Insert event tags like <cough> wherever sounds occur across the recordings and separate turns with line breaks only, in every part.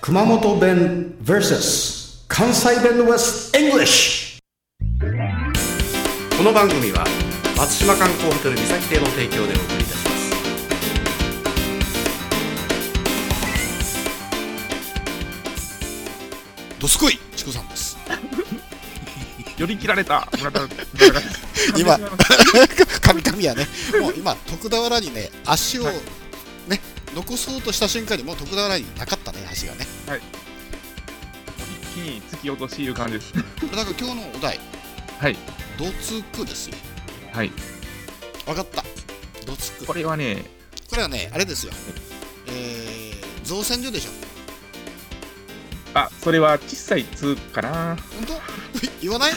熊本弁 VS 関西弁 West English
この番組は松島観光ホテル三崎亭の提供でお送りいたします
どすこいチコさんです
寄り切られた村田
今神々やねもう今徳田原にね足をね、
はい
残そうとした瞬間にもう徳田原になかったね足がね
一気に突き落としいう感じです
これだから今日のお題
はい
ドツクですよ
はい
わかったドツク
こ
こ
れはね
れはねあれですよえー、造船所でしょ
あそれは小さい「つ」かな
本当 <laughs> 言わない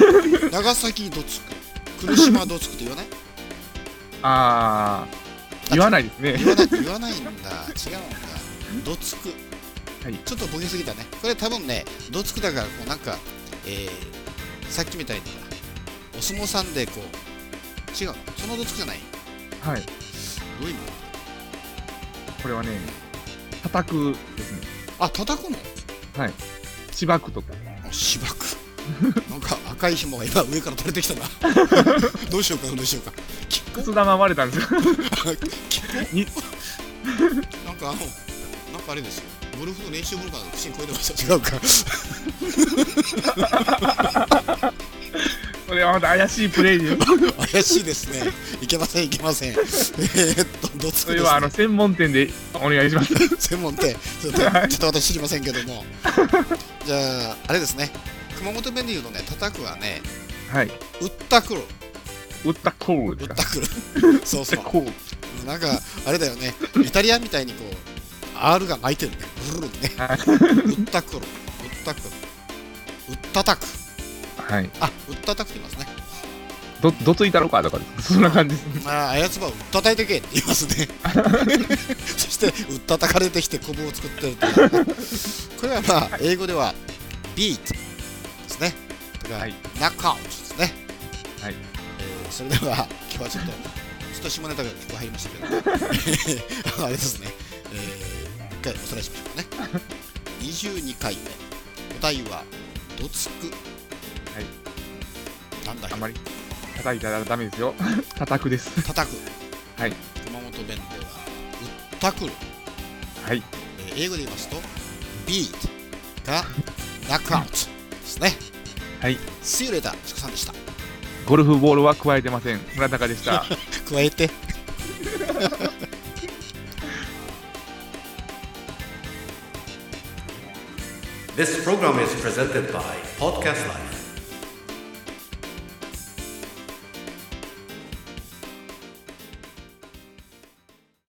長崎ドツク来島ドツクって言わない
あー言わないですね
言わない言わないんだ違うんだどつく、
はい
ちょっとボケすぎたねこれ多分ねどつくだからこうなんか、えーさっきみたいにお相撲さんでこう違うのそのどつくじゃない
はい
どういう意味
これはね叩くですね
あ叩くの
しばくとか
あしば
<laughs>
くなんか赤い紐が今上から垂れてきたな <laughs> どうしようかどうしようかキッコ
靴玉割れたんですよ
<laughs>
<laughs>
キ
に
ッコなんかあのなんかあれですよゴルフの練習ボールから口に超えてました違うか
それはまた怪しいプレイ <laughs> に
怪しいですね。いけません、いけません。えーっと、どつ
そ
く
れ
です、
はあの
ね、
専門店でお願いします
専門店。ちょっと
は
ちょっと私知りませんけども。じゃあ、あれですね。熊本弁で言うとね、叩くはね、
はい
打ったくる。
打ったコールで
打っ
すか
たくる。そうそ
打ったコール
う。なんか、あれだよね。イタリアみたいにこう、R が巻いてるね。ブルルね。
はい
打ったくる。打ったくる。打ったたく。
はい
あ、打ったたくって言いますね。
どどついたろかとかですそんな感じです
まあ、あやつばをうったたいてけって言いますね。そして、うったたかれてきて、こぶを作ってるというね。これはまあ、英語では、ビートですね。とか、
はい
ナックアウトですね。
はい
えーそれでは、今日はちょっと、ちょっと下ネタが結構入りましたけど、 <laughs> あれですね。えー、一回おさらいしましょうかね。22回目。お題は、どつく。はい。なんだっ
あ
け
んまり叩いたらダメですよ <laughs> 叩くです
叩く。
はい
熊本弁では、うったくる。
はい
えー英語で言いますと、ビートがナックアウトですね。
はい。
See you later、チコさんでした。
ゴルフボールは加えてません村高でした
加えて。
This program is presented by Podcast Life